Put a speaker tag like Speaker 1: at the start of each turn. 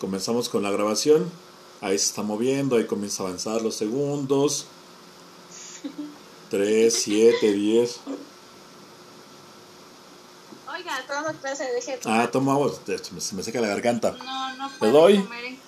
Speaker 1: comenzamos con la grabación. Ahí se está moviendo, ahí comienza a avanzar los segundos. 3, 7, 10.
Speaker 2: Oiga, tomamos clase de
Speaker 1: Ah, toma agua, se me seca la garganta.
Speaker 2: No, no
Speaker 1: ¿Le
Speaker 2: puedo
Speaker 1: doy?
Speaker 2: comer en